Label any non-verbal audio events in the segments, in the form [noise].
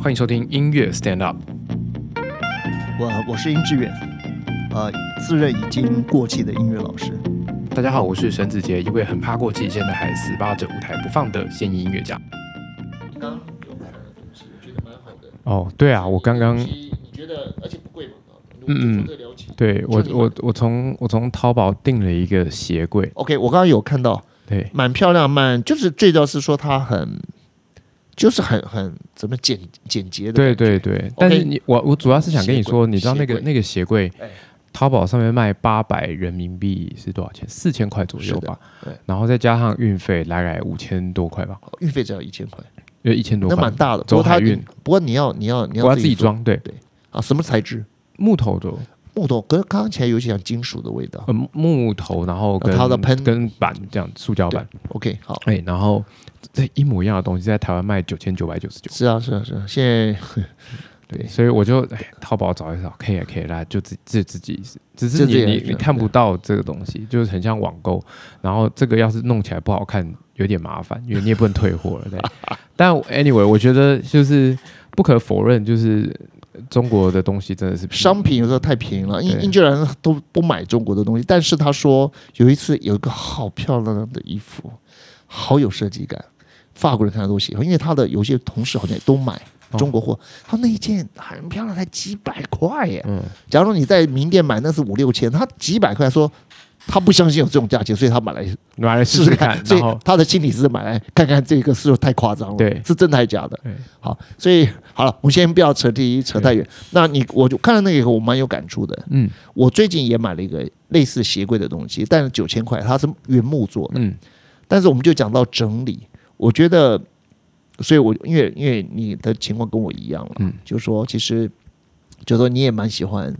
欢迎收听音乐 Stand Up。我我是殷志远，呃，自认已经过气的音乐老师。大家好，我是沈子杰，一位很怕过气，现在还死扒着舞台不放的现役音乐家。刚刚有看的东西，我觉得蛮好的。哦，对啊，我刚刚东西你觉得，而且不贵嘛？嗯嗯嗯嗯。了解。对我就你买我我从我从淘宝订了一个鞋哦柜， OK，我刚刚有看到，对，蛮漂亮，蛮就是最主要是说它很，就是很很怎么简简洁的。对对对，但是你我我主要是想跟你说，鞋柜你知道那个鞋柜那个鞋柜哎，淘宝上面卖八百人民币是多少钱？四千块左右吧是的哎对，然后再加上运费，大概五千多块吧，运费只要一千块，呃，一千多那块蛮。大的。不走过它海运，不过你要你要你我要要自己做哦装，对，啊？什么材质？木头的，木头，可是刚刚起来有些像金属的味道。呃，木头，然后跟哦它的喷跟板这样，塑胶板， OK，好，哎，然后这一模一样的东西在台湾卖九千九百九十九，是啊是啊是啊，现在对，所以我就哎淘宝找一找，可以啊可以啦，就自自自己，只是就你这样你这你样看不到这个东西，就是很像网购，然后这个要是弄起来不好看，有点麻烦，因为你也不能退货 [laughs] 了，对。但 anyway，我觉得就是不可否认，就是中国的东西真的是比商品有时候太便宜了，英对英格兰都不买中国的东西。但是他说有一次有一个好漂亮的衣服，好有设计感，法国人看了都喜欢，因为他的有些同事好像也都买哦中国货。他那一件很漂亮，才几百块耶。嗯假如你在名店买，那是五六千，他几百块说。他不相信有这种价钱，所以他买来拿来试试试试看看，，所然以后他的心理是买来看看这个是不是太夸张了，对是真的还是假的？对好，所以好了，我们先不要扯第一扯太远。那你我就看了那个以后，我蛮有感触的。嗯我最近也买了一个类似鞋柜的东西，但是九千块，它是原木做的。嗯，但是我们就讲到整理，我觉得，所以我因为因为你的情况跟我一样了，嗯就说其实，就说你也蛮喜欢，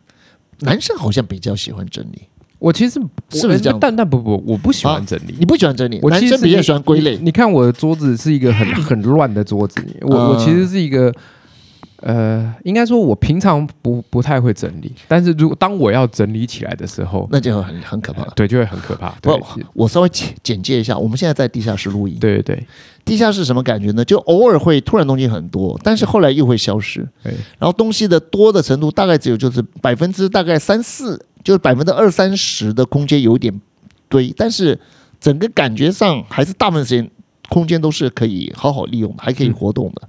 男生好像比较喜欢整理，我其实不呃是不是这样但但不不，我不喜欢整理。你不喜欢整理，我男其实生比较喜欢归类你。。你看我的桌子是一个很很乱的桌子，我、我嗯其实是一个，呃，应该说我平常不不太会整理，但是如果当我要整理起来的时候，那就很很可怕。对，就会很可怕。对不，我稍微简简介一下，我们现在在地下室录音。对对对，地下室什么感觉呢？就偶尔会突然东西很多，但嗯是后来又会消失。对然后东西的多的程度大概只有就是百分之大概三四，就是百分之二三十的空间有一点堆，但是整个感觉上还是大部分时间空间都是可以好好利用的，还嗯可以活动的。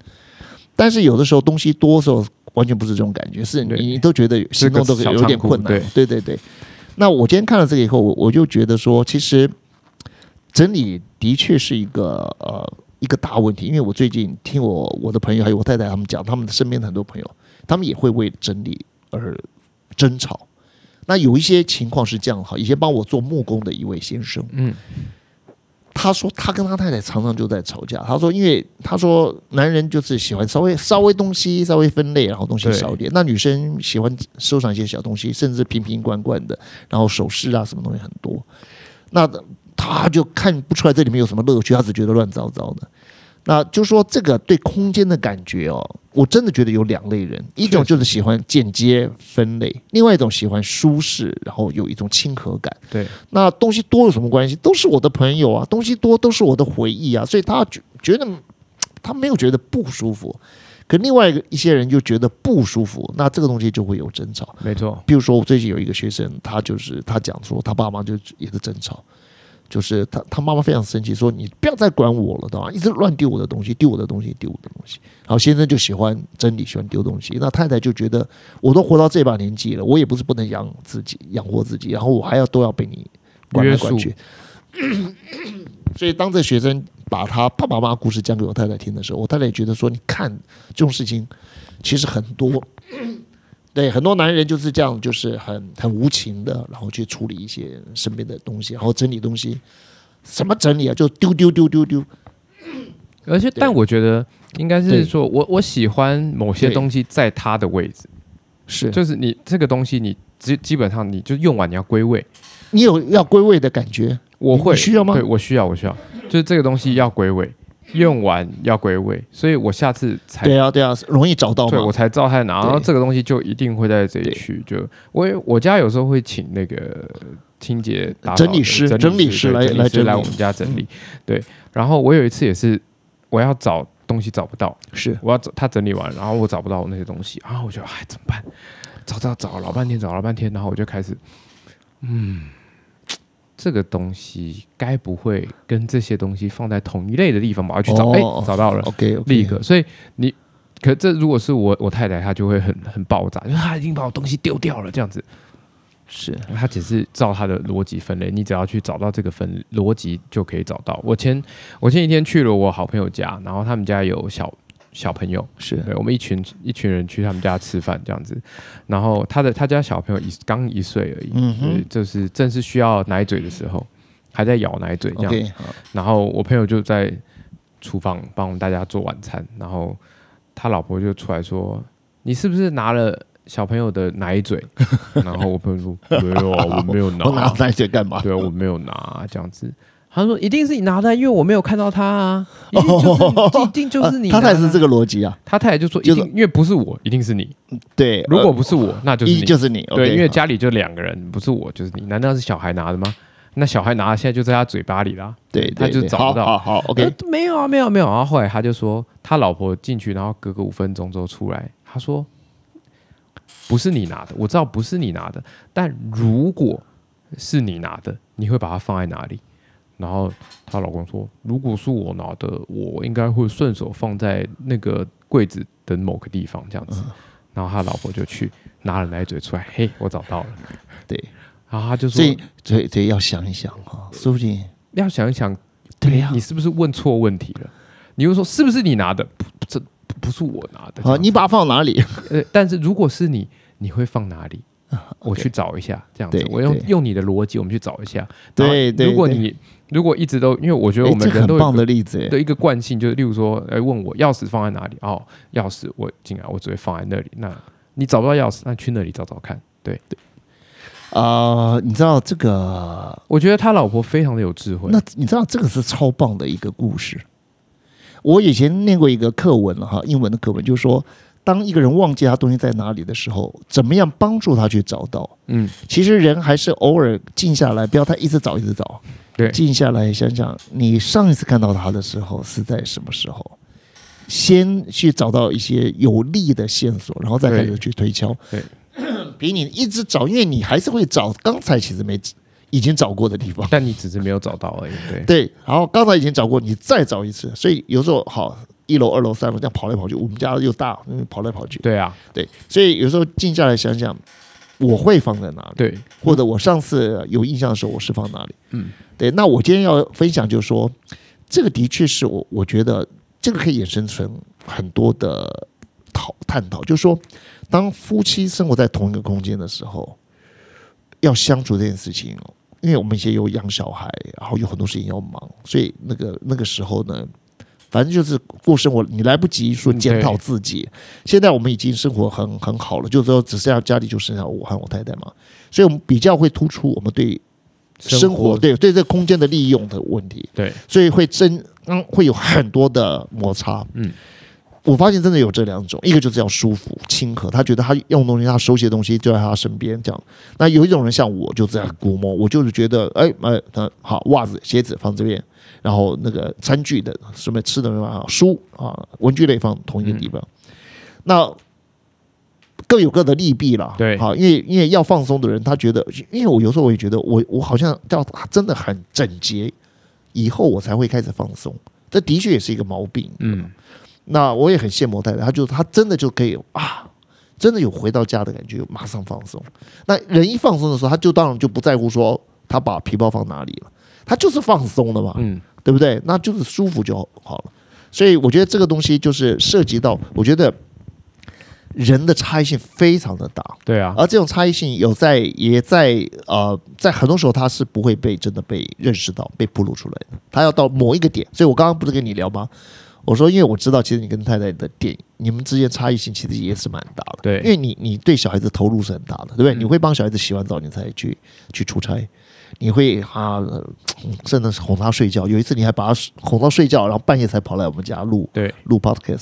但是有的时候东西多的时候，完全不是这种感觉，是对你都觉得行动都是个小有点仓库困难。对对对。那我今天看了这个以后，我我就觉得说，其实整理的确是一个呃一个大问题，因为我最近听我我的朋友还有我太太他们讲，他们身边的很多朋友，他们也会为整理而争吵。那有一些情况是这样哈，以前帮我做木工的一位先生，嗯，他说他跟他太太常常就在吵架。他说，因为他说男人就是喜欢稍微稍微东西稍微分类，然后东西对少一点；那女生喜欢收藏一些小东西，甚至瓶瓶罐罐的，然后首饰啊什么东西很多。那他就看不出来这里面有什么乐趣，他只觉得乱糟糟的。那就说这个对空间的感觉哦，我真的觉得有两类人，一种就是喜欢简洁分类，另外一种喜欢舒适，然后有一种亲和感。对，那东西多有什么关系？都是我的朋友啊，东西多都是我的回忆啊，所以他觉觉得他没有觉得不舒服。可另外一个一些人就觉得不舒服，那这个东西就会有争吵。没错，比如说，我最近有一个学生，他就是他讲说，他爸妈就也是争吵，就是他他妈妈非常生气，说你不要再管我了，懂吗？一直乱丢我的东西，丢我的东西，丢我的东西。然后先生就喜欢整理，喜欢丢东西。那太太就觉得，我都活到这把年纪了，我也不是不能养自己，养活自己，然后我还要都要被你管来管去。所以当这学生把他爸爸妈妈故事讲给我太太听的时候，我太太也觉得说，你看这种事情其实很多。对，很多男人就是这样，就是很很无情的，然后去处理一些身边的东西，然后整理东西，什么整理啊，就丢丢丢丢丢。而且对但我觉得应该是对说我我喜欢某些对东西在它的位置，是，就是你这个东西你基基本上你就用完你要归位，你有要归位的感觉，我你会你需要吗对我需要，我需要，就是这个东西要归位，用完要归位，所以我下次才对啊对啊，容易找到对我嘛。才知道它在哪，然后对这个东西就一定会在这里去。就我我家有时候会请那个清洁打扫的整理师整整理理嗯师师对来整理来师整理来我们家整理，对。然后我有一次也是，我要找东西找不到，是我要找他整理完，然后我找不到我那些东西，然后我就哎怎么办？找找找老半天，找老半天，然后我就开始，嗯，这个东西该不会跟这些东西放在同一类的地方吧？我要去找，哦哎、找到了， OK，立一个。所以你，可这如果是我我太太，她就会很很爆炸，因为她已经把我东西丢掉了，这样子。是它只是照它的逻辑分类，你只要去找到这个分逻辑就可以找到。我前我前几天去了我好朋友家，然后他们家有小小朋友，是对我们一群一群人去他们家吃饭这样子，然后他的他家小朋友一刚一岁而已，嗯哼所以就是正是需要奶嘴的时候，还在咬奶嘴这样啊 OK，好然后我朋友就在厨房帮我们大家做晚餐，然后他老婆就出来说：“你是不是拿了小朋友的奶嘴？” [laughs] 然后我朋友说：“没有啊，我没有拿 [laughs] 我，拿那些干嘛？对啊，我没有拿、这样子。”他说：“一定是你拿的，因为我没有看到他啊，一定就是、一定就是你、啊他才是这个。”个逻辑啊。他太太就说：“一就是定，因为不是我，一定是你。对，如果呃不是我，那就是一你。就是你，对， OK，因为好家里就两个人，不是我就是你。难道是小孩拿的吗？那小孩拿的现在就在他嘴巴里啦。对，他对就对找好不到好好，OK，呃没有啊，没有没有。然后后来他就说，他老婆进去，然后隔个五分钟之后出来，他说不是你拿的，我知道不是你拿的，但如果是你拿的，你会把它放在哪里？然后她老公说，如果是我拿的，我应该会顺手放在那个柜子的某个地方这样子。嗯然后他老婆就去拿了奶嘴出来，嘿，我找到了。对，然后他就所说，以所以所以要想一想啊哈，说不定要想一想对呀你，是不是问错问题了？你又说是不是你拿的？不，不这不不是我拿的。好，哦你把它放哪里？ [laughs] 呃，但是如果是你，你会放哪里？我啊 OK 去找一下，这样子对，我用对用你的逻辑，我们去找一下。然后对对，如果对你如果一直都，因为我觉得诶我们这人很都有棒一个的例子，诶的一个惯性，就是例如说，哎，问我钥匙放在哪里？哦，钥匙我进来，我只会放在那里。那你找不到钥匙，那去那里找找看。啊，你知道这个，我觉得他老婆非常的有智慧。那你知道这个是超棒的一个故事。我以前念过一个课文了哈，英文的课文，就是说，当一个人忘记他东西在哪里的时候，怎么样帮助他去找到？嗯，其实人还是偶尔静下来，不要他一直找一直找，对静下来想想，你上一次看到他的时候是在什么时候？先去找到一些有利的线索，然后再开始对去推敲对。 [clears throat] 比你一直找，因为你还是会找刚才其实没已经找过的地方。但你只是没有找到而已。对，对，然后刚才已经找过，你再找一次。所以有时候好，一楼、二楼、三楼这样跑来跑去，我们家又大，嗯跑来跑去。对啊，对，所以有时候静下来想想，我会放在哪里？对，或者我上次有印象的时候，我是放哪里？嗯，对。那我今天要分享就是说，这个的确是我我觉得这个可以衍生成很多的讨探讨，就是说，当夫妻生活在同一个空间的时候，要相处这件事情，因为我们以前有养小孩，然后有很多事情要忙，所以那个那个时候呢。反正就是过生活，你来不及说嗯检讨对自己。现在我们已经生活很很好了，就是说只剩下家里就剩下我和我太太嘛。所以我们比较会突出我们对生活、对对这空间的利用的问题，对，所以会增嗯会有很多的摩擦。嗯，我发现真的有这两种，一个就是要舒服亲和，他觉得他用东西，他熟悉的东西就在他身边这样。那有一种人像我，就这样估摸，我就是觉得哎哎那好袜子、鞋子放这边，然后那个餐具的什么吃的没办法，书啊文具类放同一个地方。嗯那各有各的利弊啦，对好，因为因为要放松的人，他觉得，因为我有时候我也觉得我，我好像要真的很整洁，以后我才会开始放松，这的确也是一个毛病。嗯，那我也很羡慕太太，她就她真的就可以啊，真的有回到家的感觉，马上放松。那人一放松的时候，他就当然就不在乎说他把皮包放哪里了，他就是放松了嘛，嗯，对不对？那就是舒服就好了。所以我觉得这个东西就是涉及到，我觉得人的差异性非常的大，对啊，而这种差异性有在也在呃，在很多时候它是不会被真的被认识到、被暴露出来的，它要到某一个点。所以我刚刚不是跟你聊吗？我说，因为我知道，其实你跟太太的点，你们之间差异性其实也是蛮大的。对因为你你对小孩子投入是很大的，对不对？嗯你会帮小孩子洗完澡，你才去去出差，你会啊，呃甚至是哄他睡觉。有一次你还把他哄到睡觉，然后半夜才跑来我们家录对录 podcast。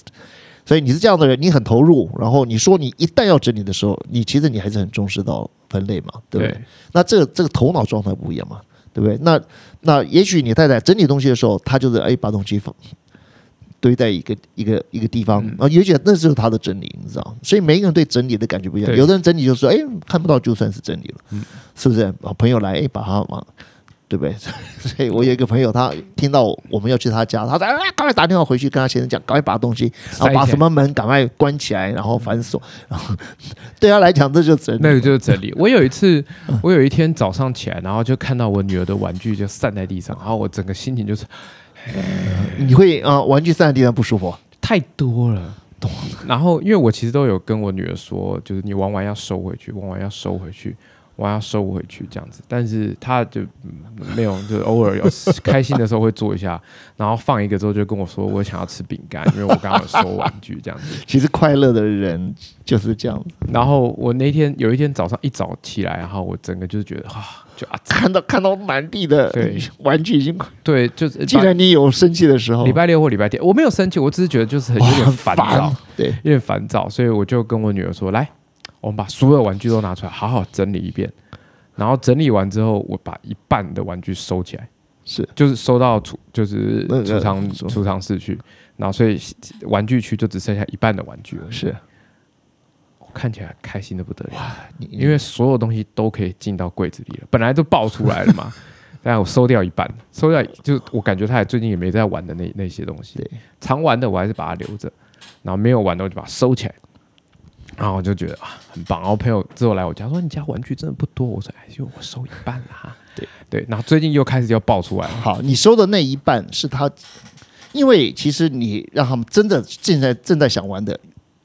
所以你是这样的人，你很投入，然后你说你一旦要整理的时候，你其实你还是很重视到分类嘛，对不对？对那这个这个头脑状态不一样嘛，对不对？那那也许你太太整理东西的时候，她就是哎把东西放堆在一个一个一个地方嗯，然后也许那就是他的真理，你知道？所以每一个人对真理的感觉不一样，对嗯有的人真理就说，哎，看不到就算是真理了，是不是？啊，朋友来，哎，把他往。对 [laughs] 不对？所以我有一个朋友，他听到我们要去他家，他说：“哎，赶快打电话回去跟他先生讲，赶快把东西，然后塞把起来什么门赶快关起来，然后反锁。”然后 [laughs] 对他来讲，这就是真理。那个就是整理。我有一次，嗯我有一天早上起来，然后就看到我女儿的玩具就散在地上，然后我整个心情就是你会啊、呃玩具散的地上不舒服，太多了。然后，因为我其实都有跟我女儿说，就是你玩完要收回去，玩完要收回去，玩完要收回去这样子。但是她就、嗯没有，就偶 [laughs] 尔有开心的时候会做一下，然后放一个之后就跟我说我想要吃饼干，因为我刚刚有收玩具这样子。其实快乐的人就是这样子，然后我那天有一天早上一早起来，然后我整个就是觉得 [sighs] 啊，就啊， [laughs] 看到看到满地的对 [laughs] 玩具已经，对，就是既然你有生气的时候，礼拜六或礼拜天，我没有生气，我只是觉得就是很哦哇有点很烦躁，，对，有点烦躁，所以我就跟我女儿说：“来，我们把所有玩具都拿出来，好好整理一遍。”然后整理完之后，我把一半的玩具收起来，是就是收到储就是那个储藏是储藏室去，然后所以玩具区就只剩下一半的玩具了。是，我看起来开心的不得了，你因为所有东西都可以进到柜子里了，本来都爆出来了 [laughs] 嘛。但我收掉一半，收掉就我感觉他也最近也没在玩的那那些东西，对常玩的我还是把它留着，然后没有玩的我就把它收起来。然后我就觉得啊很棒，然后朋友之后来我家说你家玩具真的不多，我说哎呦我收一半啦， [laughs] 对对，然后最近又开始要爆出来了，好，你收的那一半是他，因为其实你让他们真的现在正在想玩的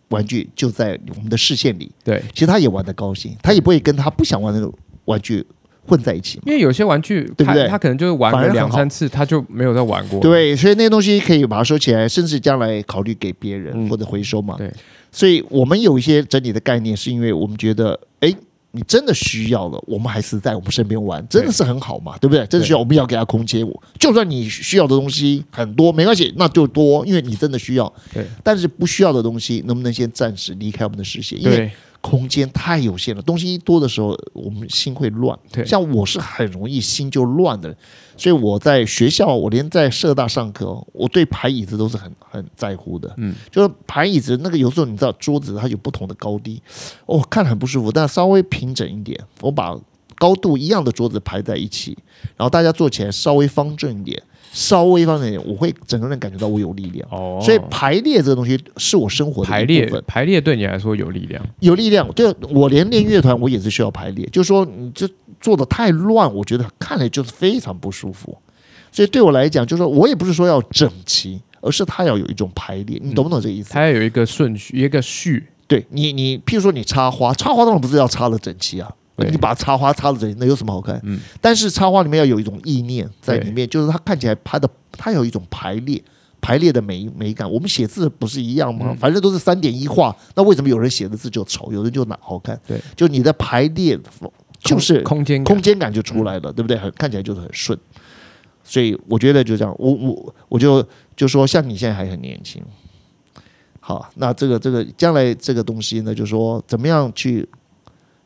玩具就在我们的视线里，对，其实他也玩的高兴，他也不会跟他不想玩的玩具混在一起嘛。因为有些玩具对不他对他可能就是玩反而了很两好三次他就没有再玩过，，对，所以那些东西可以把它收起来，甚至将来考虑给别人嗯或者回收嘛。对，所以我们有一些整理的概念，是因为我们觉得，哎，你真的需要了，我们还是在我们身边玩，真的是很好嘛，对不对？真的需要，我们要给他空间。我就算你需要的东西很多，没关系，那就多，因为你真的需要。对。但是不需要的东西，能不能先暂时离开我们的视线？因为对空间太有限了，东西一多的时候，我们心会乱。对像我是很容易心就乱的人，所以我在学校，我连在社大上课哦，我对排椅子都是很很在乎的。嗯，就是排椅子那个，有时候你知道桌子它有不同的高低，我、哦、看了很不舒服，但稍微平整一点，我把高度一样的桌子排在一起，然后大家坐起来稍微方正一点，稍微方正一点，我会整个人感觉到我有力量。哦，所以排列这个东西是我生活的排一列部分排列对你来说有力量，有力量。对我连练乐团，我也是需要排列，就是说你这做的太乱，我觉得看了就是非常不舒服。所以对我来讲，就是说我也不是说要整齐，而是它要有一种排列，你懂不懂这个意思？它要有一个顺序，一个序，对你，你譬如说你插花，插花当然不是要插的整齐啊。对你把插花插的整齐，那有什么好看？嗯，但是插花里面要有一种意念在对里面，就是它看起来它的它有一种排列排列的美美感。我们写字不是一样吗？嗯反正都是三点一画，那为什么有人写的字就丑，有人就哪好看？对，就你的排列就是空空间感空间感就出来了，对不对？很看起来就是很顺。所以我觉得就这样，我我我就就说，像你现在还很年轻，好，那这个这个将来这个东西呢，就说怎么样去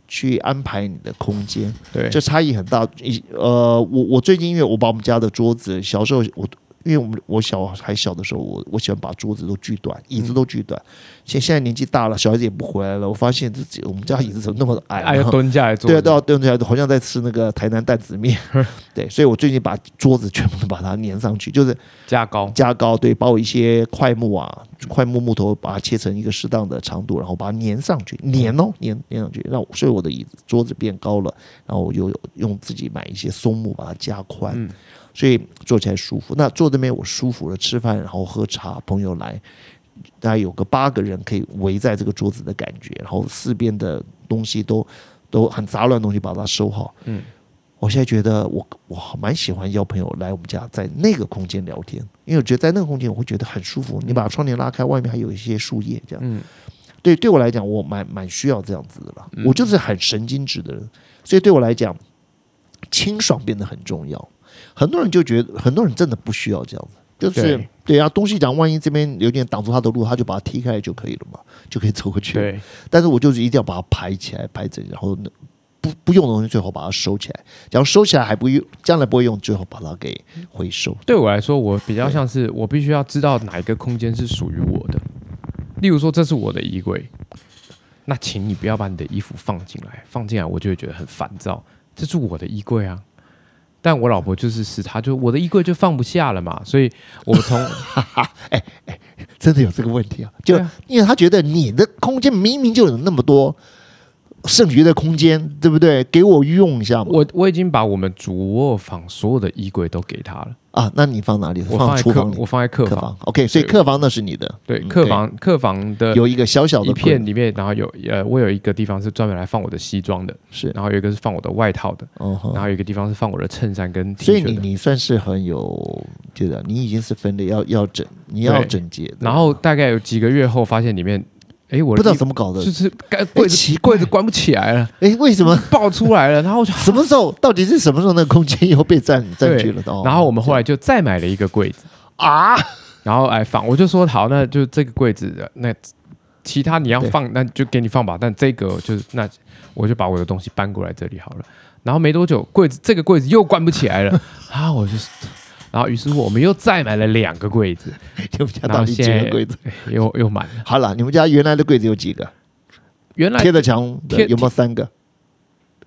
去安排你的空间，对，这差异很大。一呃，我我最近因为我把我们家的桌子，小时候我因为我们我小还小的时候，我我喜欢把桌子都锯短，椅子都锯短。现、现在年纪大了，小孩子也不回来了，我发现自己我们家椅子怎么那么矮、哎，要蹲下来做，对啊，都要蹲起来，好像在吃那个台南担子面。对，所以我最近把桌子全部都把它粘上去，就是加高，嗯加高，对，把我一些块木啊、块木木头，把它切成一个适当的长度，然后把它粘上去，粘哦，嗯粘粘上去，让我所以我的椅子桌子变高了，然后我又有用自己买一些松木把它加宽，嗯所以坐起来舒服。那坐这边我舒服了，吃饭然后喝茶，朋友来，大概有个八个人可以围在这个桌子的感觉，然后四边的东西都都很杂乱的东西把它收好，嗯。我现在觉得我我蛮喜欢邀朋友来我们家，在那个空间聊天，因为我觉得在那个空间我会觉得很舒服。你把窗帘拉开，外面还有一些树叶，这样。嗯对，对我来讲，我蛮蛮需要这样子的了。嗯我就是很神经质的人，所以对我来讲，清爽变得很重要。很多人就觉得，很多人真的不需要这样子，就是对对啊，东西讲，万一这边有点挡住他的路，他就把它踢开就可以了嘛，就可以走过去了。对，但是我就是一定要把它排起来、排整，然后不不用的东西最后把它收起来，假如收起来还不用，将来不会用，最后把它给回收。对我来说，我比较像是我必须要知道哪一个空间是属于我的。例如说，这是我的衣柜，那请你不要把你的衣服放进来，放进来我就会觉得很烦躁。这是我的衣柜啊，但我老婆就是死，她就我的衣柜就放不下了嘛，所以我 [laughs] 从真的有这个问题啊！就、对啊因为他觉得你的空间明明就有那么多剩余的空间，对不对？给我用一下嘛。我我已经把我们主卧房所有的衣柜都给她了，啊，那你放哪里？我放在厨客房里我。放在客客房，房，OK，所以对客房那是你的，对嗯客房客房的有一个小小的一片里面，然后有呃，我有一个地方是专门来放我的西装的，是，然后有一个是放我的外套的，嗯哼然后有一个地方是放我的衬衫跟 T 所以恤你的。你算是很有，这个你已经是分类要要整，你要对整洁的。然后大概有几个月后，发现里面，哎，我不知道么怎么搞的就，是该柜奇子怪柜子关不起来了，哎，为什么爆出来了。然后我就，什么时候到底是什么时候那个空间又被占占对据了？哦，然后我们后来就再买了一个柜子，啊，然后来放。我就说好，那就这个柜子，呃那其他你要对放，那就给你放吧。但这个就是那我就把我的东西搬过来这里好了。然后没多久，柜子这个柜子又关不起来了， [laughs] 啊，我就是。然后，于是乎，我们又再买了两个柜子， [laughs] 你们家然到后底几现个在柜子？又又满了。好了，你们家原来的柜子有几个？原来贴的墙的贴有没有三个？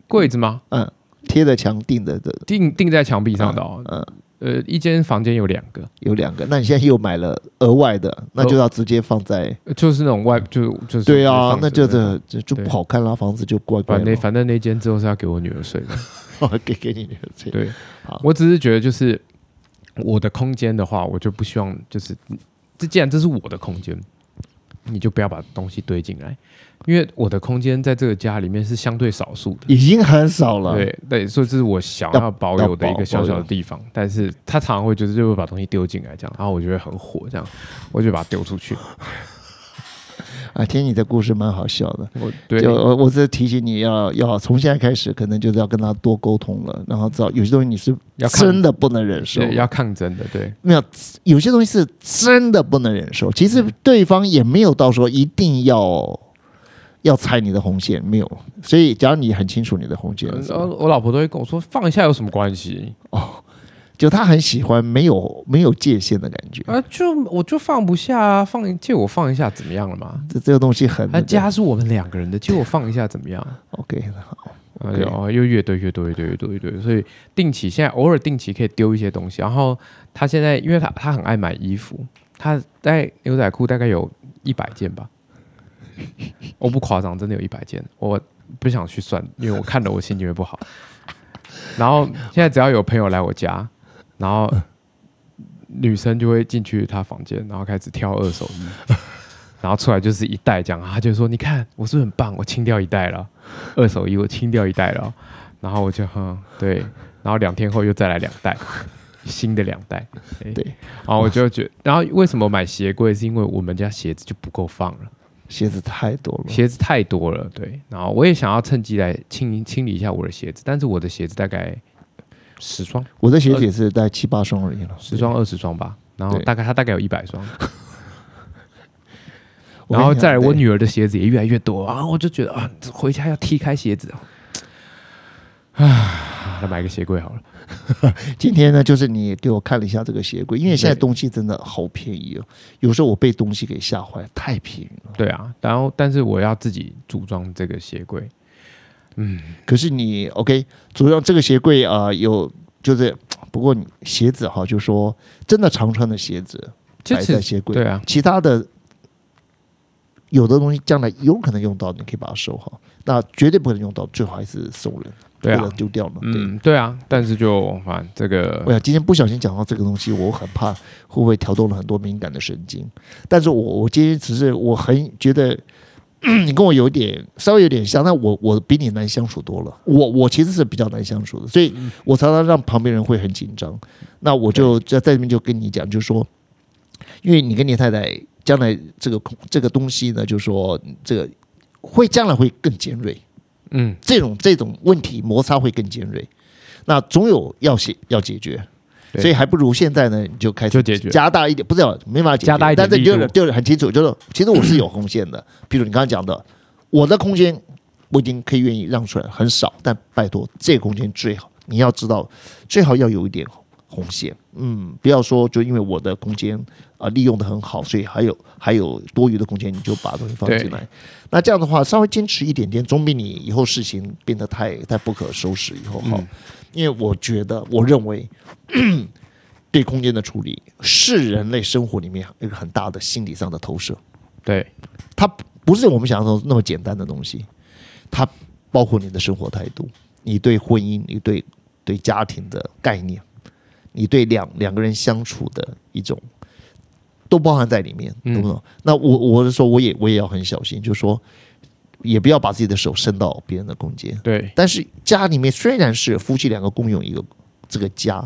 柜子吗？嗯，贴的墙定的的，钉钉在墙壁上的哦。嗯，呃，一间房间有两个，有两个。那你现在又买了额外的，那就要直接放在。就是那种外，就就是对啊，那就就是这这就对不好看啦，房子就怪怪反的 [laughs] 哦正。反正那间之后是要给我女儿睡的。给给你女儿这对好，我只是觉得就是我的空间的话，我就不希望就是这既然这是我的空间，你就不要把东西堆进来，因为我的空间在这个家里面是相对少数的。已经很少了。对对，所以这是我想要要保要有的一保个小保小有的地方，但是他常常会就是就会把东西丢进来这样，然后我就会很火这样，我就把它丢出去。啊，听你的故事蛮好笑的。我对就呃我我是提醒你要要从现在开始，可能就是要跟他多沟通了，然后知道有些东西你是要看真的不能忍受，是要抗争的，对。没有有些东西是真的不能忍受。其实对方也没有到说一定要要踩你的红线，没有。所以，假如你很清楚你的红线嗯是什然后么，我老婆都会跟我说放一下有什么关系就他很喜欢没有没有界限的感觉。啊？就我就放不下啊，放借我放一下怎么样了嘛？这这个东西很他家是我们两个人的，借我放一下怎么样？ OK 好哎呦，又越堆越多，越堆越多，越堆，所以定期现在偶尔定期可以丢一些东西。然后他现在，因为他他很爱买衣服，他在牛仔裤大概有一百件吧，我不夸张，真的有一百件。我不想去算，因为我看了我心情会不好。然后现在只要有朋友来我家，然后嗯女生就会进去他房间，然后开始挑二手衣，然后出来就是一袋这样。他就说：“你看，我是不是很棒，我清掉一袋了。”二手衣我清掉一袋了哦，然后我就哼对，然后两天后又再来两袋， [laughs] 新的两袋，哎对，然后我就觉然后为什么买鞋柜？是因为我们家鞋子就不够放了，鞋子太多了，鞋子太多了，对，然后我也想要趁机来清清理一下我的鞋子，但是我的鞋子大概十双，我的鞋子也是带七八双而已了。十双二十双吧，然后对大概它大概有一百双，我跟然你后讲再来我对女儿的鞋子也越来越多啊，我就觉得啊，回家要踢开鞋 [sighs] 子，啊，来买个鞋柜好了。今天呢，就是你给我看了一下这个鞋柜，因为现在对东西真的好便宜哦。有时候我被东西给吓坏，太便宜了。对啊，然后但是我要自己组装这个鞋柜，可是你 OK，主要这个鞋柜啊、呃有就是，不过你鞋子哈，就说真的常穿的鞋子其摆在实鞋柜对，啊，其他的有的东西将来有可能用到，你可以把它收好。那绝对不可能用到，最好还是送人对或啊者，丢掉了。对。嗯，对啊，但是就反正这个我哎想今天不小心讲到这个东西，我很怕会不会挑动了很多敏感的神经。但是我我今天只是我很觉得、嗯你跟我有点稍微有点像，但我我比你难相处多了。我我其实是比较难相处的，所以我常常让旁边人会很紧张。那我就在在这边就跟你讲，就说，因为你跟你太太将来这个这个东西呢，就说嗯这个会将来会更尖锐。嗯，这种这种问题摩擦会更尖锐，那总有要解要解决，对所以还不如现在呢，你就开始就解决加大一点，不是要没办法解决，加大一点但是力就度 [coughs] 就很清楚，就是其实我是有红线的，比如你刚刚讲的，我的空间我已经可以愿意让出来，很少，但拜托这个空间最好，你要知道最好要有一点红线，嗯，不要说就因为我的空间啊、利用的很好，所以还有还有多余的空间，你就把东西放进来。那这样的话，稍微坚持一点点，总比你以后事情变得太太不可收拾以后好。因为我觉得，我认为对空间的处理是人类生活里面一个很大的心理上的投射。对，它不是我们想象中那么简单的东西，它包括你的生活态度，你对婚姻，你对对家庭的概念，你对两两个人相处的一种，都包含在里面，嗯懂不懂？那我我是说，我也我也要很小心，就是说，也不要把自己的手伸到别人的空间。对，但是家里面虽然是夫妻两个共用一个这个家，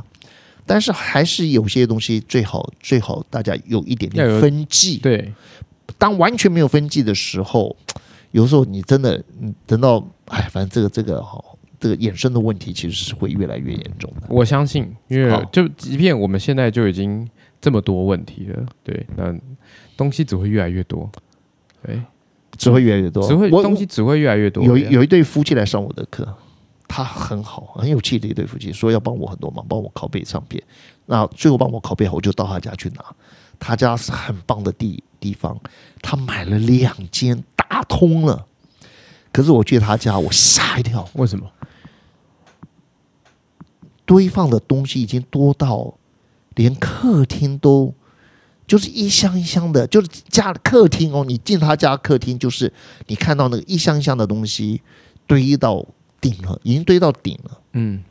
但是还是有些东西最好最好大家有一点点要有分际，对，当完全没有分际的时候，有时候你真的，你等到，哎，反正这个这个哈、这个衍生的问题其实是会越来越严重的。我相信，因好为就即便我们现在就已经这么多问题了，对，那东西只会越来越多，对，只会越来越多，嗯只会我东西只会越来越多。有对啊有一对夫妻来上我的课，他很好，很有气的一对夫妻，说要帮我很多忙，帮我拷贝唱片。那最后帮我拷贝好，我就到他家去拿。他家是很棒的地地方，他买了两间，打通了。可是我去他家，我吓一跳，为什么？堆放的东西已经多到连客厅都就是一箱一箱的，就是家客厅哦，你进他家客厅就是你看到那个一箱一箱的东西堆到顶了，已经堆到顶了。嗯，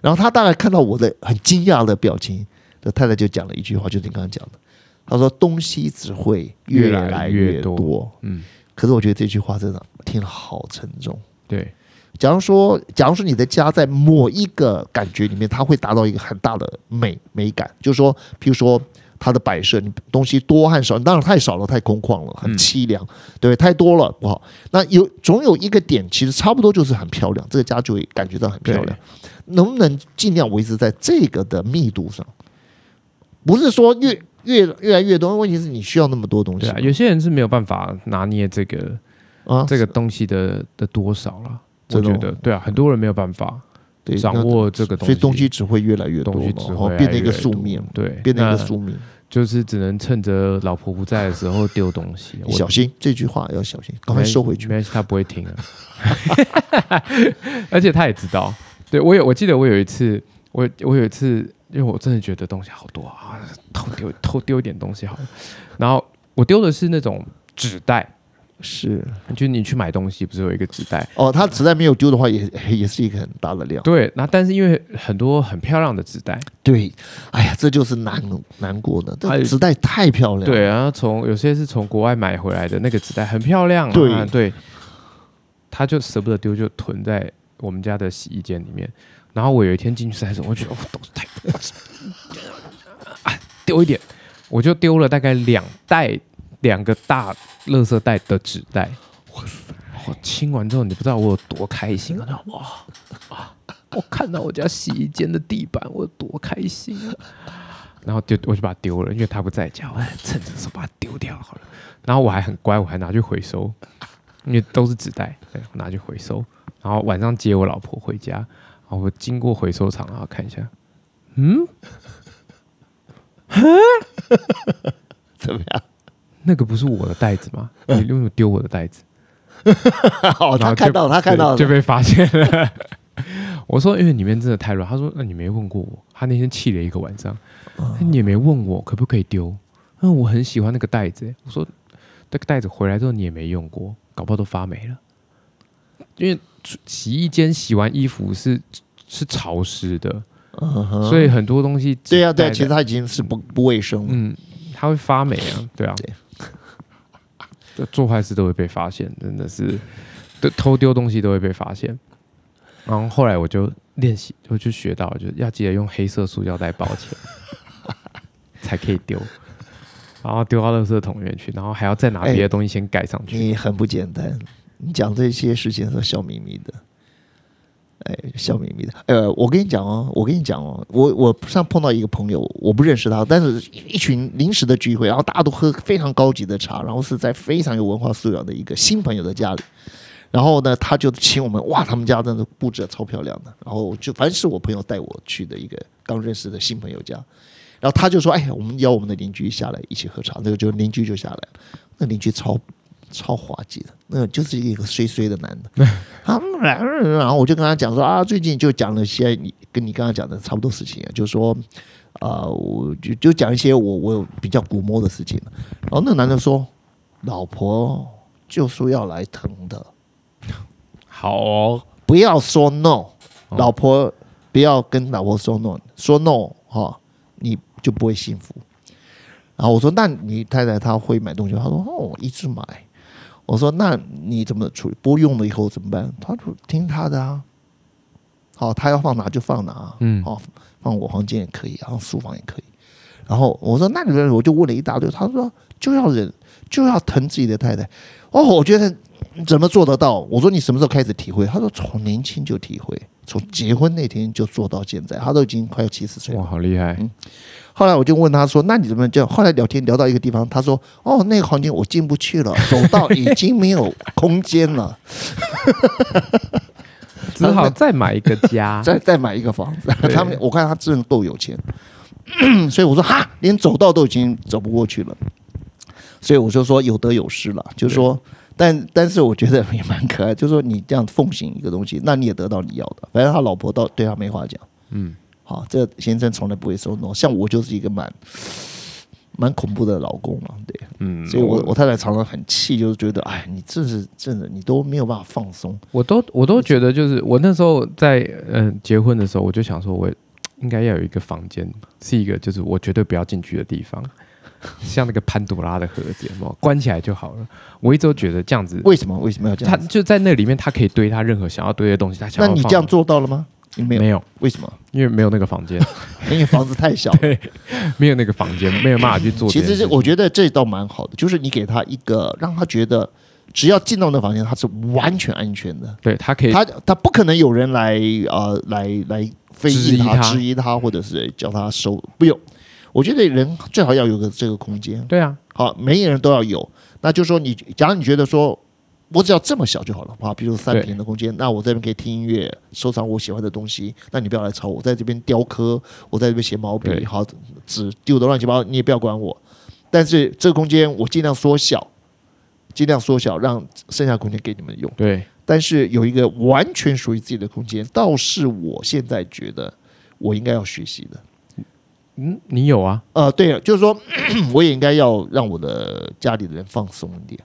然后他大概看到我的很惊讶的表情，这太太就讲了一句话，就是你刚刚讲的，她说东西只会越越来来越越多。多嗯，可是我觉得这句话真的听了好沉重。对，假如说，假如说你的家在某一个感觉里面，它会达到一个很大的美美感，就是说，譬如说它的摆设，你东西多和少，当然太少了太空旷了，很嗯凄凉，对，太多了不好。那有总有一个点，其实差不多就是很漂亮，这个家就会感觉到很漂亮。能不能尽量维持在这个的密度上？不是说越越越来越多，问题是你需要那么多东西对啊，有些人是没有办法拿捏这个啊，这个东西的的多少了。我真的觉哦得，对啊，很多人没有办法对掌那握这个东所西，以东西只会越来越多东西嘛，只哦会变成一个越来越宿多命，对，变成一那个宿命。就是只能趁着老婆不在的时候丢东西。你我 [laughs] 小心这句话要小心，赶快收回去。没关系，他不会听啊。啊 [laughs] 而且他也知道，对我有，我记得我有一次，我我有一次，因为我真的觉得东西好多啊，偷丢偷丢一点东西好了。然后我丢的是那种纸袋，是就你去买东西不是有一个纸袋？哦，他子弹没有丢的话也，也是一个很大的量。对，那但是因为很多很漂亮的纸袋，对，哎呀，这就是难难过的，还这有子弹太漂亮。，对，然后从有些是从国外买回来的，那个纸袋很漂亮、啊，对对，他就舍不得丢，就囤在我们家的洗衣间里面。然后我有一天进去晒时候，我觉得我东西太多了，啊丢一点，我就丢了大概两袋两个大垃圾袋的纸袋。哇塞！我清完之后，你不知道我有多开心啊！哇啊！我看到我家洗衣间的地板，我有多开心啊！然后丢我就把它丢了，因为他不在家，我还趁着说把它丢掉好了。然后我还很乖，我还拿去回收，因为都是纸袋，对，我拿去回收。然后晚上接我老婆回家，然后我经过回收厂，然后看一下，怎么样？ [laughs] 那个不是我的袋子吗？你为什么丢我的袋子？哦，然他后看就到，他看到了，对就被发现了。 [laughs] 我说，因为里面真的太乱。他说，那你没问过我。他那天气了一个晚上，哎你也没问我可不可以丢。那我很喜欢那个袋子。我说，那个袋子回来之后你也没用过，搞不好都发霉了。因为洗衣间洗完衣服是是潮湿的，嗯哼所以很多东西对啊呀、带对、呀，着其实他已经是不不卫生了。嗯，它会发霉啊，对啊，对这做坏事都会被发现，真的是，都偷丢东西都会被发现。然后后来我就练习，我就学到了，就是要记得用黑色塑胶袋包起来 [laughs] 才可以丢，然后丢到垃圾桶里面去，然后还要再哎拿别的东西先盖上去。你很不简单，你讲这些事情是笑眯眯的，哎，笑眯眯的。呃，我跟你讲哦，我跟你讲哦，我我上碰到一个朋友，我不认识他，但是一群临时的聚会，然后大家都喝非常高级的茶，然后是在非常有文化素养的一个新朋友的家里，然后呢，他就请我们，哇，他们家真的布置的超漂亮的。然后就凡是我朋友带我去的一个刚认识的新朋友家，然后他就说，哎呀，我们邀我们的邻居下来一起喝茶，那个就邻居就下来了，那邻居超超滑稽的，那就是一个衰衰的男的， [laughs] 他们来了然后我就跟他讲说啊，最近就讲了些你跟你刚刚讲的差不多事情啊，就是说。啊、我就就讲一些我我比较古摸的事情，然后那男的说，老婆就说要来疼的，好哦，不要说 no，哦老婆不要跟老婆说 no，说 no 哈、你就不会幸福。然后我说，那你太太她会买东西吗？她说哦，我一直买。我说那你怎么处理？不用了以后怎么办？她说听她的啊，好、她要放哪就放哪啊，嗯好、放我房间也可以，然后书房也可以。然后我说那你们我就问了一大堆，她说就要忍，就要疼自己的太太。哦，我觉得怎么做得到？我说你什么时候开始体会？他说从年轻就体会，从结婚那天就做到现在，他都已经快要七十岁嗯了。哇，好厉害，嗯后来我就问他说：“那你怎么这样？”后来聊天聊到一个地方，他说：“哦，那个房间我进不去了，走到已经没有空间了，只好再买一个 [laughs] 家，再再买一个房子。”啊对 [laughs] 他们我看他真的够有钱， [clears throat] 所以我说哈，连走道都已经走不过去了。所以我就说有得有失了，就是说，但但是我觉得也蛮可爱，就是说你这样奉行一个东西，那你也得到你要的。反正他老婆到对他没话讲，嗯，好，这个先生从来不会说 no，像我就是一个蛮蛮恐怖的老公嘛，对，嗯，所以我我太太常常很气，就是觉得哎，你这是真的，你都没有办法放松，我都我都觉得，就是我那时候在嗯、呃结婚的时候，我就想说我，应该要有一个房间，是一个就是我绝对不要进去的地方， [laughs] 像那个潘多拉的盒子，有没有关起来就好了。我一直都觉得这样子，为什么为什么要这他样子？就在那里面，他可以堆他任何想要堆的东西，他想那要你放这样做到了吗？你没有，没有？为什么？ [laughs] 因为没有那个房间， [laughs] 因为房子太小了。没有那个房间，没有办法去做这其件事实情。这我觉得这倒蛮好的，就是你给他一个让他觉得，只要进到那房间，他是完全安全的。对他可以，他他不可能有人来呃来来非质疑议他、他质疑他，或者是叫他收，不用。我觉得人最好要有个这个空间，对啊，好，每一个人都要有。那就说你，假如你觉得说我只要这么小就好了，啊，比如三对平的空间，那我这边可以听音乐，收藏我喜欢的东西，那你不要来吵我，我在这边雕刻，我在这边写毛笔，对好，纸丢的乱七八糟，你也不要管我。但是这个空间我尽量缩小，尽量缩小，让剩下的空间给你们用。对，但是有一个完全属于自己的空间，倒是我现在觉得我应该要学习的。嗯，你有啊，呃，对，就是说， [clears throat] 我也应该要让我的家里的人放松一点。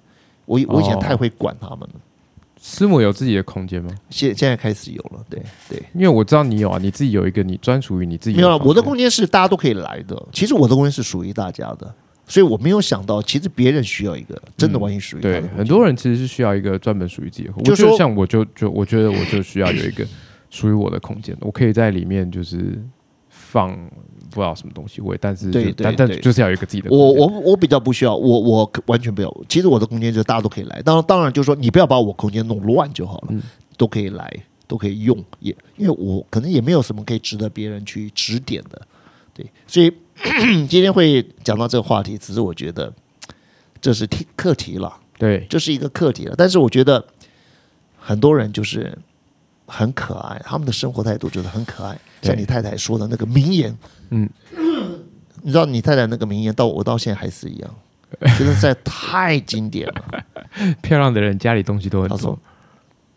我以我以前哦太会管他们了，师母有自己的空间吗？现、现在开始有了，对对。因为我知道你有啊，你自己有一个你专属于你自己没有了，啊房我的间空间是大家都可以来的。其实我的空间是属于大家的，所以我没有想到，其实别人需要一个真的完全属于他的嗯对空，间、很多人其实是需要一个专门属于自己的空间。就我说觉得像我就就我觉得我就需要有一个属于我的空间，我可以在里面就是放不知道什么东西，我也但是就对对但但对就是要有一个自己的空间。我我我比较不需要，我我完全不要。其实我的空间就是大家都可以来，当然当然就是说你不要把我空间弄乱就好了，嗯都可以来，都可以用，也因为我可能也没有什么可以值得别人去指点的，对，所以 [clears throat] 今天会讲到这个话题，只是我觉得这是题课题了，对这是一个课题了，但是我觉得很多人就是。很可爱，他们的生活态度就是很可爱，对像你太太说的那个名言，嗯，你知道你太太那个名言到我到现在还是一样，真的实在太经典了。 [laughs] 漂亮的人家里东西都很她多说，，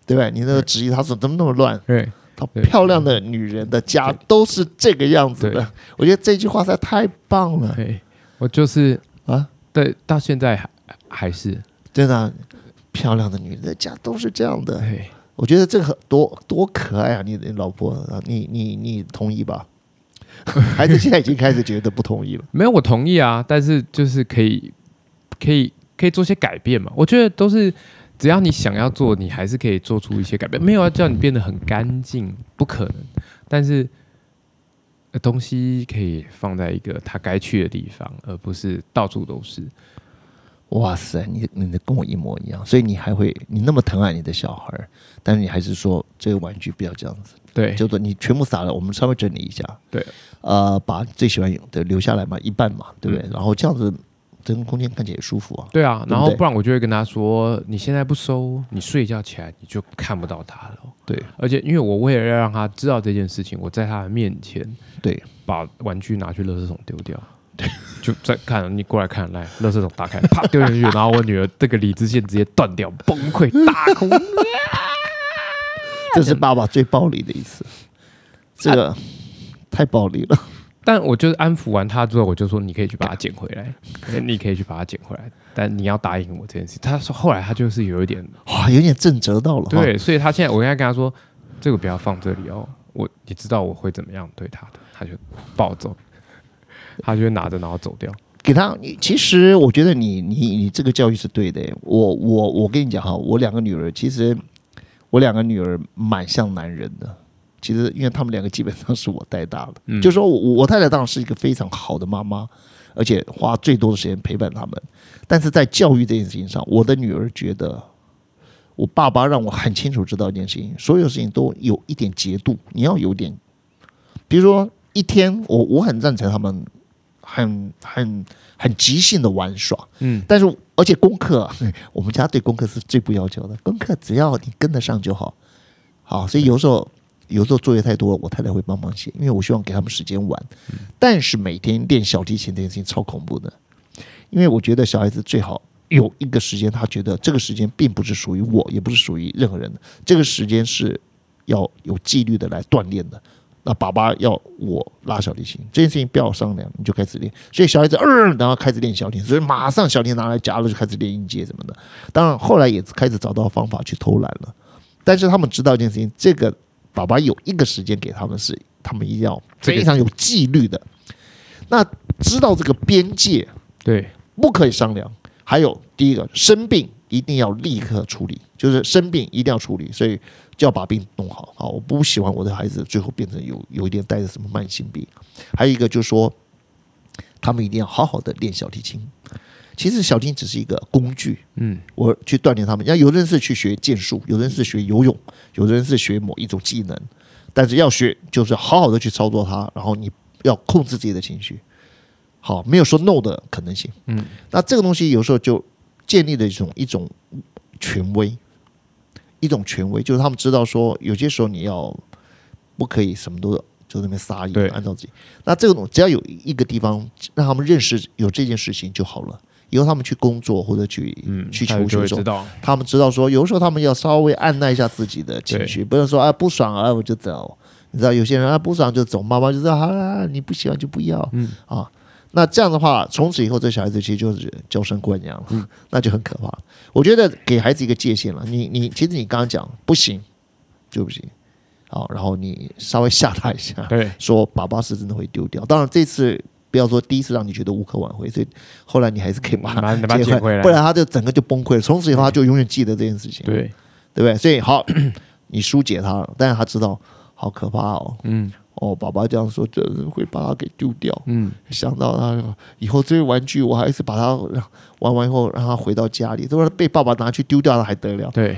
对不对？你那个质疑她说怎么那么乱？对她对漂亮的女人的家都是这个样子对的。我觉得这句话实在太棒了对，我就是啊！对到现在还还是真的啊、漂亮的女人的家都是这样的。对，我觉得这个很多多可爱啊！你的老婆，啊你你你同意吧？ [laughs] 孩子现在已经开始觉得不同意了。没有我同意啊，但是就是可以可以可以做些改变嘛。我觉得都是。只要你想要做，你还是可以做出一些改变。没有要叫你变得很干净，不可能。但是、呃东西可以放在一个它该去的地方，而不是到处都是。哇塞，你你的跟我一模一样，所以你还会你那么疼爱你的小孩儿，但是你还是说这个玩具不要这样子，对，就说你全部撒了，我们稍微整理一下，对，嗯呃，把最喜欢的留下来嘛，一半嘛，对不对？然后这样子整个空间看起来也舒服啊。对啊，对然不后对不然我就会跟他说，你现在不收，你睡一觉起来你就看不到他了。对，而且因为我为了要让他知道这件事情，我在他的面前对，把玩具拿去垃圾桶丢掉。就在看你过来看来，垃圾桶打开，啪丢进去，然后我女儿这个理智线直接断掉，崩溃大哭。这是爸爸最暴力的一次，这个太暴力了。但我就是安抚完她之后，我就说你可以去把它捡回来，你可以去把它捡回来，但你要答应我这件事。她说后来她就是有一点哇，有点震折到了哈。对，所以他现在我应该跟他说，这个不要放这里哦，我你知道我会怎么样对他的，他就暴走，他就会拿着然后走掉。给他，你其实我觉得你你你这个教育是对的。我我我跟你讲哈，我两个女儿其实我两个女儿蛮像男人的。其实因为他们两个基本上是我带大的，嗯就是说我我太太当然是一个非常好的妈妈，而且花最多的时间陪伴他们。但是在教育这件事情上，我的女儿觉得。我爸爸让我很清楚知道一件事情，所有事情都有一点节度，你要有点，比如说一天，我我很赞成他们很很很即兴的玩耍，嗯，但是而且功课啊， [laughs] 我们家对功课是最不要求的，功课只要你跟得上就好。好，所以有时候有时候作业太多了，我太太会帮忙写，因为我希望给他们时间玩。但是每天练小提琴这件事情超恐怖的，因为我觉得小孩子最好有一个时间，他觉得这个时间并不是属于我，也不是属于任何人的，这个时间是要有纪律的来锻炼的。那爸爸要我拉小提琴，这件事情不要商量，你就开始练。所以小孩子，嗯、然后开始练小提琴，所以马上小提琴拿来夹了，就开始练音阶什么的。当然，后来也开始找到方法去偷懒了。但是他们知道一件事情，这个爸爸有一个时间给他们是，他们一定要非常有纪律的。那知道这个边界，对，不可以商量。还有第一个，生病一定要立刻处理，就是生病一定要处理，所以就要把病弄好。好，我不喜欢我的孩子最后变成有有一点带着什么慢性病。还有一个就是说，他们一定要好好的练小提琴。其实小提琴只是一个工具，嗯，我去锻炼他们。要有的人是去学剑术，有的人是学游泳，有的人是学某一种技能，但是要学就是好好的去操作它，然后你要控制自己的情绪。好，没有说 no 的可能性。嗯，那这个东西有时候就建立了一种一种权威，一种权威，就是他们知道说，有些时候你要不可以什么都就在那边撒野对，按照自己。那这个东只要有一个地方让他们认识有这件事情就好了，以后他们去工作或者去、嗯，去他求啊就学会的时候知，道，他们知道说，有时候他们要稍微按捺一下自己的情绪，不能说啊不爽啊我就走。你知道有些人啊不爽就走，妈妈就说啊你不喜欢就不要，嗯啊，那这样的话，从此以后这小孩子其实就是娇生惯养了，嗯那就很可怕。我觉得给孩子一个界限了，你你其实你刚刚讲不行就不行，好，然后你稍微吓他一下，对，说爸爸是真的会丢掉。当然这次不要说第一次让你觉得无可挽回，所以后来你还是可以把嗯把他把他捡回来不然他就整个就崩溃了。从此以后他就永远记得这件事情，对，对不对？所以好，你疏解他了，但是他知道好可怕哦。嗯哦，爸爸这样说，真的会把他给丢掉。嗯，想到他以后这些玩具，我还是把它让玩完以后让他回到家里，都是被爸爸拿去丢掉了还得了？对，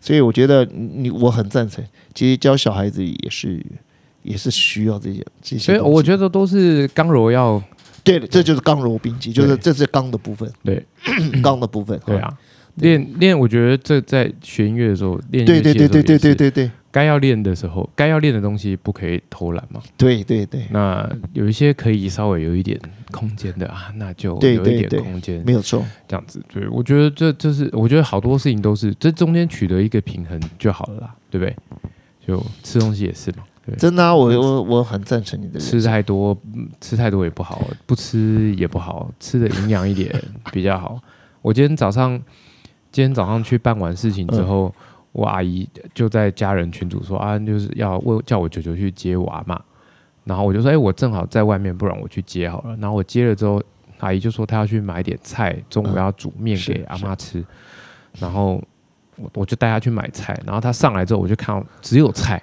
所以我觉得你你我很赞成，其实教小孩子也是也是需要这些这些所东西。以我觉得都是刚柔要对了，这就是刚柔并济，就是对这是刚的部分，对刚的部分。对，啊。练练，我觉得这在学音乐的时候，练嗯对对对对对对，对对对该要练的时候，该要练的东西不可以偷懒嘛。对对对，那有一些可以稍微有一点空间的啊，那就对有对一点对空间没有错。这样子，对我觉得这这是我觉得好多事情都是这中间取得一个平衡就好了啦，对不对？就吃东西也是嘛，对，嗯真的啊、我我我很赞成你的人吃太多嗯吃太多也不好，不吃也不好，吃的营养一点比较好。我今天早上今天早上去办完事情之后，我阿姨就在家人群组说啊，就是要问叫我舅舅去接我阿妈，然后我就说哎、我正好在外面，不然我去接好了。然后我接了之后，阿姨就说她要去买点菜，中午要煮面是给阿妈吃，然后我我就带她去买菜，然后她上来之后，我就看到只有 [laughs] 菜，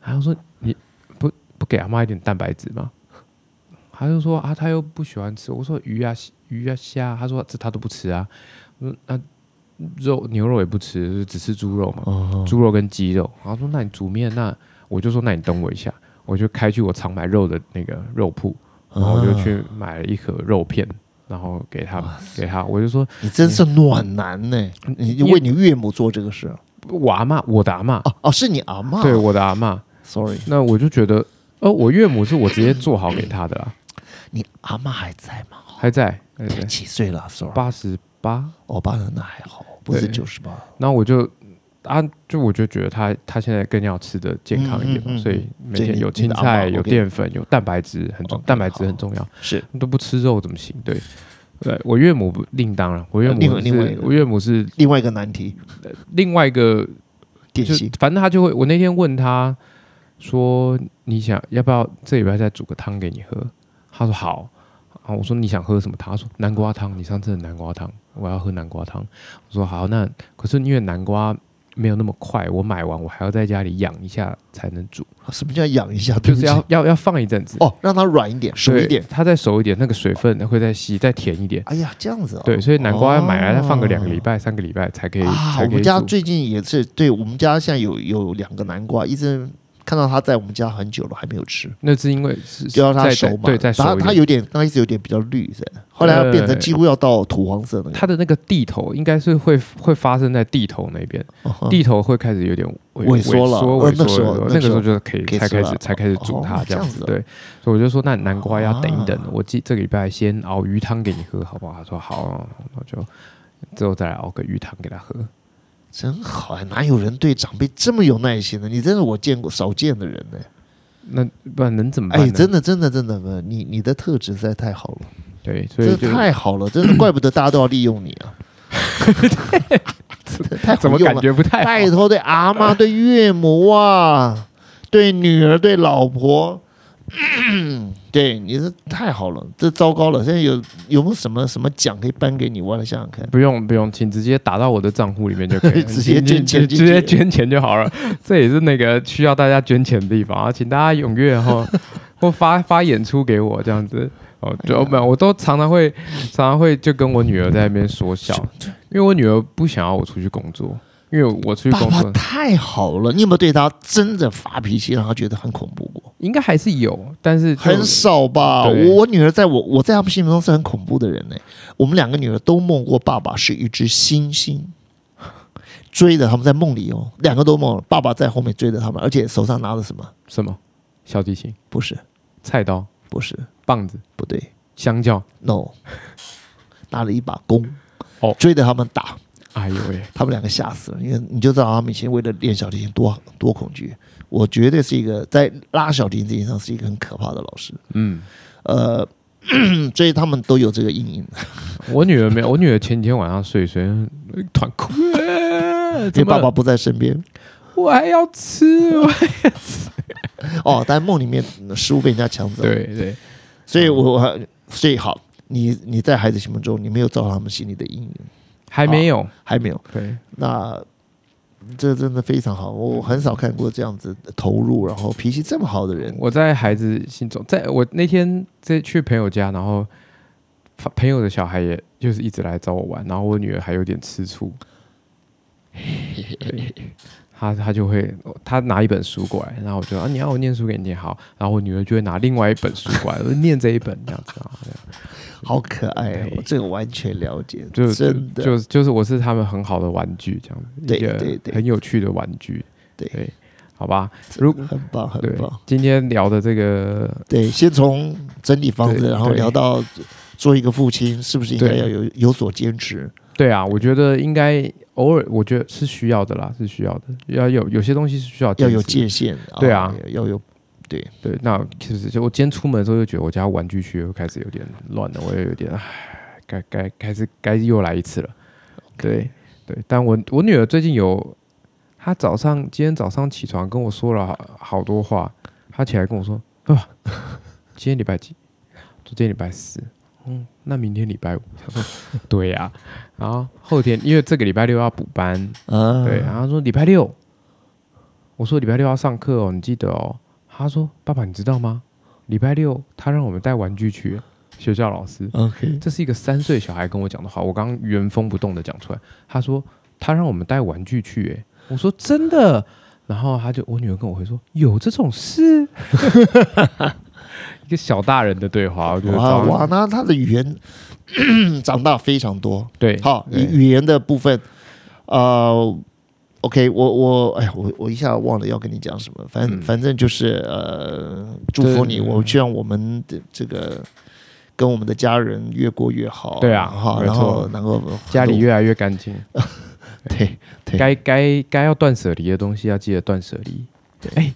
她就说你不不给阿妈一点蛋白质吗？她就说啊，她又不喜欢吃。我说鱼啊鱼啊虾啊，她说这她都不吃啊。嗯，那、肉牛肉也不吃，只吃猪肉嘛，哦，猪肉跟鸡肉。然后说那你煮面，那我就说那你等我一下，啊我就开去我常买肉的那个肉铺，然后我就去买了一盒肉片，然后给他给他，我就说你真是暖男呢、嗯你你为你岳母做这个事啊我阿妈，我的阿妈，哦哦，是你阿妈对我的阿妈， ，sorry，那我就觉得，呃，我岳母是我直接做好给她的啦，你阿妈还在吗？还在，对对，几岁了？sorry，八十八，我爸那还好，不是对九十八。然后我就啊，就我就觉得她她现在更要吃的健康一点嘛，嗯嗯嗯嗯所以每所以天你有青你的阿菜、嬷有 OK 淀粉、有蛋白质，很重， OK，蛋白质好很重要，是都不吃肉怎么行？对。对我岳母不另当了，我岳母另外是呃另外一个我岳母是另外一个难题，另外一个典就型反正他就会，我那天问他说：“你想要不要这礼拜再煮个汤给你喝？”他说：“好。”啊，我说你想喝什么汤？他说南瓜汤，你上次的南瓜汤，我要喝南瓜汤。我说好，那可是因为南瓜没有那么快，我买完我还要在家里养一下才能煮，什么叫养一下？哦就对是不起要要要放一阵子，哦，让它软一点，熟对一点。它再熟一点，那个水分会再吸，再甜一点。哎呀，这样子啊、哦。哦对，所以南瓜要买来再放个两个礼拜、三个礼拜才可以，啊，才我可以们家煮。最近也是，对我们家现在有有两个南瓜，一直看到它在我们家很久了，还没有吃，那是因为是就让它再熟嘛。对，再熟它一点它有点，它一直有点比较绿色，后来它变成对几乎要到土黄色那个。它的那个地头应该是会会发生在地头那边，嗯哼地头会开始有点萎萎缩了缩呃萎缩那时候萎缩那那个时时候候就是可以可以才吃开了始才开始煮哦它这样这样子子哦，对，所以我就说那南瓜要等一等啊，我记这个礼拜先熬鱼汤给你喝好不好？他说好，那就之后再来熬个鱼汤给他喝， [laughs] 真好啊！哪有人对长辈这么有耐心的？你真是我见过少见的人呢、那不然能怎么办哎，呢？真的，真的，真的，不你你的特质实在太好了，对，所以真就的太好了，真的，怪不得大家都要利用你 [laughs] 啊！太好怎么用感了，觉不太拜好？托，对阿妈、对岳母啊， [laughs] 对女儿、对老婆， [coughs] 嗯、对你这太好了，这糟糕了！现在有有没有什么什么奖可以颁给你？我来想想看。不用不用，请直接打到我的账户里面就可以了， [laughs] 直接你捐你钱直进去接捐钱就好了。这也是那个需要大家捐钱的地方啊，请大家踊跃 [laughs] 哈，或发发演出给我这样子。哎哦，就哦没有，我都常常会常常会就跟我女儿在那边说笑，因为我女儿不想要我出去工作，因为我出去爸工爸作太好了，你有没有对他真的发脾气，让他觉得很恐怖过？应该还是有，但是就很少吧？对我我女儿在我我在他们心目中是很恐怖的人呢、我们两个女儿都梦过爸爸是一只猩猩，追着他们在梦里哦，两个都梦，爸爸在后面追着他们，而且手上拿着什么？什么小提琴、不是，菜刀、不是，棒子、不对香蕉， ，no，拿了一把弓，哦追着他们打，哎呦喂，他们两个吓死了，因为你就知道他们以前为了练小提琴多多恐惧。我绝对是一个在拉小提琴这件事上是一个很可怕的老师，嗯，呃， [clears throat] 所以他们都有这个阴影。 [laughs] 我女儿没有，我女儿前几天晚上睡一睡，团哭，哎因为怎么爸了爸不在身边我还要吃， [laughs] 我哦，但梦里面嗯食物被人家抢走，对对，所以我我所以好，你你在孩子心目中你没有造成他们心里的阴影，还没有，还没有，对，那这真的非常好，嗯我很少看过这样子投入，然后脾气这么好的人，我在孩子心中，在我那天在去朋友家，然后发朋友的小孩也就是一直来找我玩，然后我女儿还有点吃 [laughs] 醋，对，她她就会她拿一本书过来，然后我就啊你要我念书给你念好，然后我女儿就会拿另外一本书过来，我说念这一本这样子啊，这样好可爱哦对，这个完全了解，就真的就就就是我是他们很好的玩具这样子，对一个对对很有趣的玩具，对对，好吧，如很棒很对棒，，今天聊的这个对，先从整理房子，对然后对聊到做一个父亲是不是应该对要有有所坚持，对啊，我觉得应该偶尔，我觉得是需要的啦，是需要的，要有有些东西是需要要有坚持界限，对啊，要有对。那其实就我今天出门的时候，就觉得我家玩具区又开始有点乱了，我也有点唉，该该该是该又来一次了。对对，但我我女儿最近有，她早上今天早上起床跟我说了好好多话，她起来跟我说，爸爸， [laughs] 今天礼拜几？我说今天礼拜四。嗯，那明天礼拜五。她说 [laughs] 对呀、然后后天因为这个礼拜六要补班，啊，对，然后他说礼拜六，我说礼拜六要上课哦，你记得哦。他说爸爸，你知道吗？礼拜六他让我们带玩具去，学校老师， ，OK，这是一个三岁小孩跟我讲的话，我刚刚原封不动的讲出来。他说他让我们带玩具去、欸，我说真的。然后他就我女儿跟我回说有这种事， [laughs] 一个小大人的对话，我觉得哇糟哇，那他的语言 [coughs] 长大非常多。对，好，对语语言的部分，呃，OK，我我哎呀，我我一下忘了要跟你讲什么，反嗯反正就是呃，祝福你，对我希望我们的这个跟我们的家人越过越好，对啊好，没然后错能够家里越来越干净，对对该该该要断舍离的东西要记得断舍离。哎，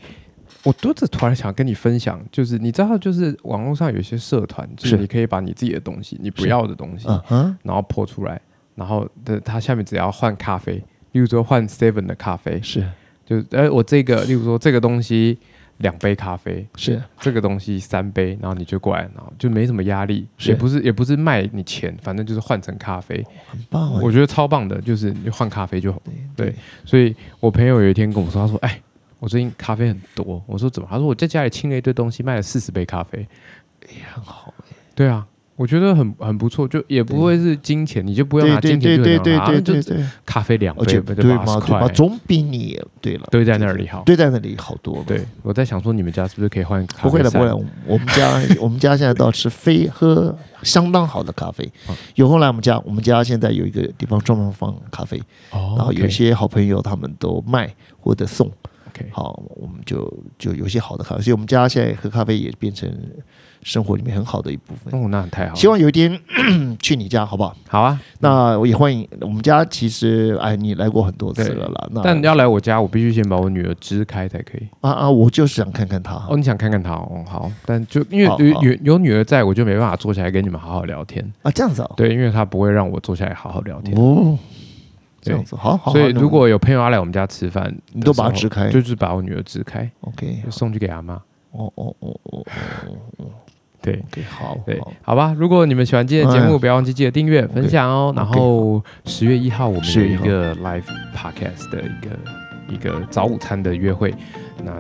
我多次突然想跟你分享，就是你知道，就是网络上有一些社团，就是是你可以把你自己的东西，你不要的东西，嗯哼然后泼出来，然后的它下面只要换咖啡，例如说换 Seven 的咖啡，是就是呃我这个，例如说这个东西两杯咖啡，是这个东西三杯，然后你就过来，然后就没什么压力，是也不是也不是卖你钱，反正就是换成咖啡，很棒啊，我觉得超棒的，就是你换咖啡就好。对对，所以我朋友有一天跟我说，他说：“哎，我最近咖啡很多。”我说：“怎么？”他说：“我在家里清了一堆东西，卖了四十杯咖啡。很好，”对啊，我觉得很很不错，就也不会是金钱，你就不用拿对对金对钱就对很对拿，对啊对就对，咖啡两而杯且不对就八嘛十对嘛，块，总比你对了堆在那里好。对在那里好多了，对，我在想说，你们家是不是可以换咖啡不会的，不散会的。我们家 [laughs] 我们家现在倒是非喝相当好的咖啡嗯。有空来我们家，我们家现在有一个地方专门放咖啡，哦，嗯然后有些好朋友他们都卖或者送。 OK，好，我们就就有些好的咖啡，所以我们家现在喝咖啡也变成生活里面很好的一部分。哦，那太好了，希望有一天 [coughs] 去你家，好不好？好啊。那我也欢迎我们家。其实，哎，你来过很多次了啦。那但要来我家，我必须先把我女儿支开才可以。啊啊，我就是想看看他。哦，你想看看她哦，好，但就因为好有好有有女儿在，我就没办法坐下来跟你们好好聊天。啊，这样子哦。对，因为她不会让我坐下来好好聊天。哦，这对样子，好好。所以好那我如果有朋友要来我们家吃饭的时候，你都把它支开就是把我女儿支开， OK，就送去给阿妈。哦哦哦哦哦哦对。 ，OK，好，对好，哎好吧。如果你们喜欢今天的节目，不要忘记记得订阅、分享哦。 OK，然后十月一号我们有10月一1号个 live podcast 的一个一个早午餐的约会，那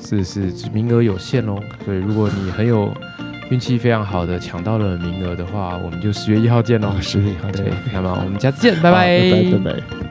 是是名额有限哦，所以如果你很有运气非常好的抢到了名额的话，我们就十月一号见喽那。十月一号见，对那好，么我们下次见，拜拜拜拜拜拜。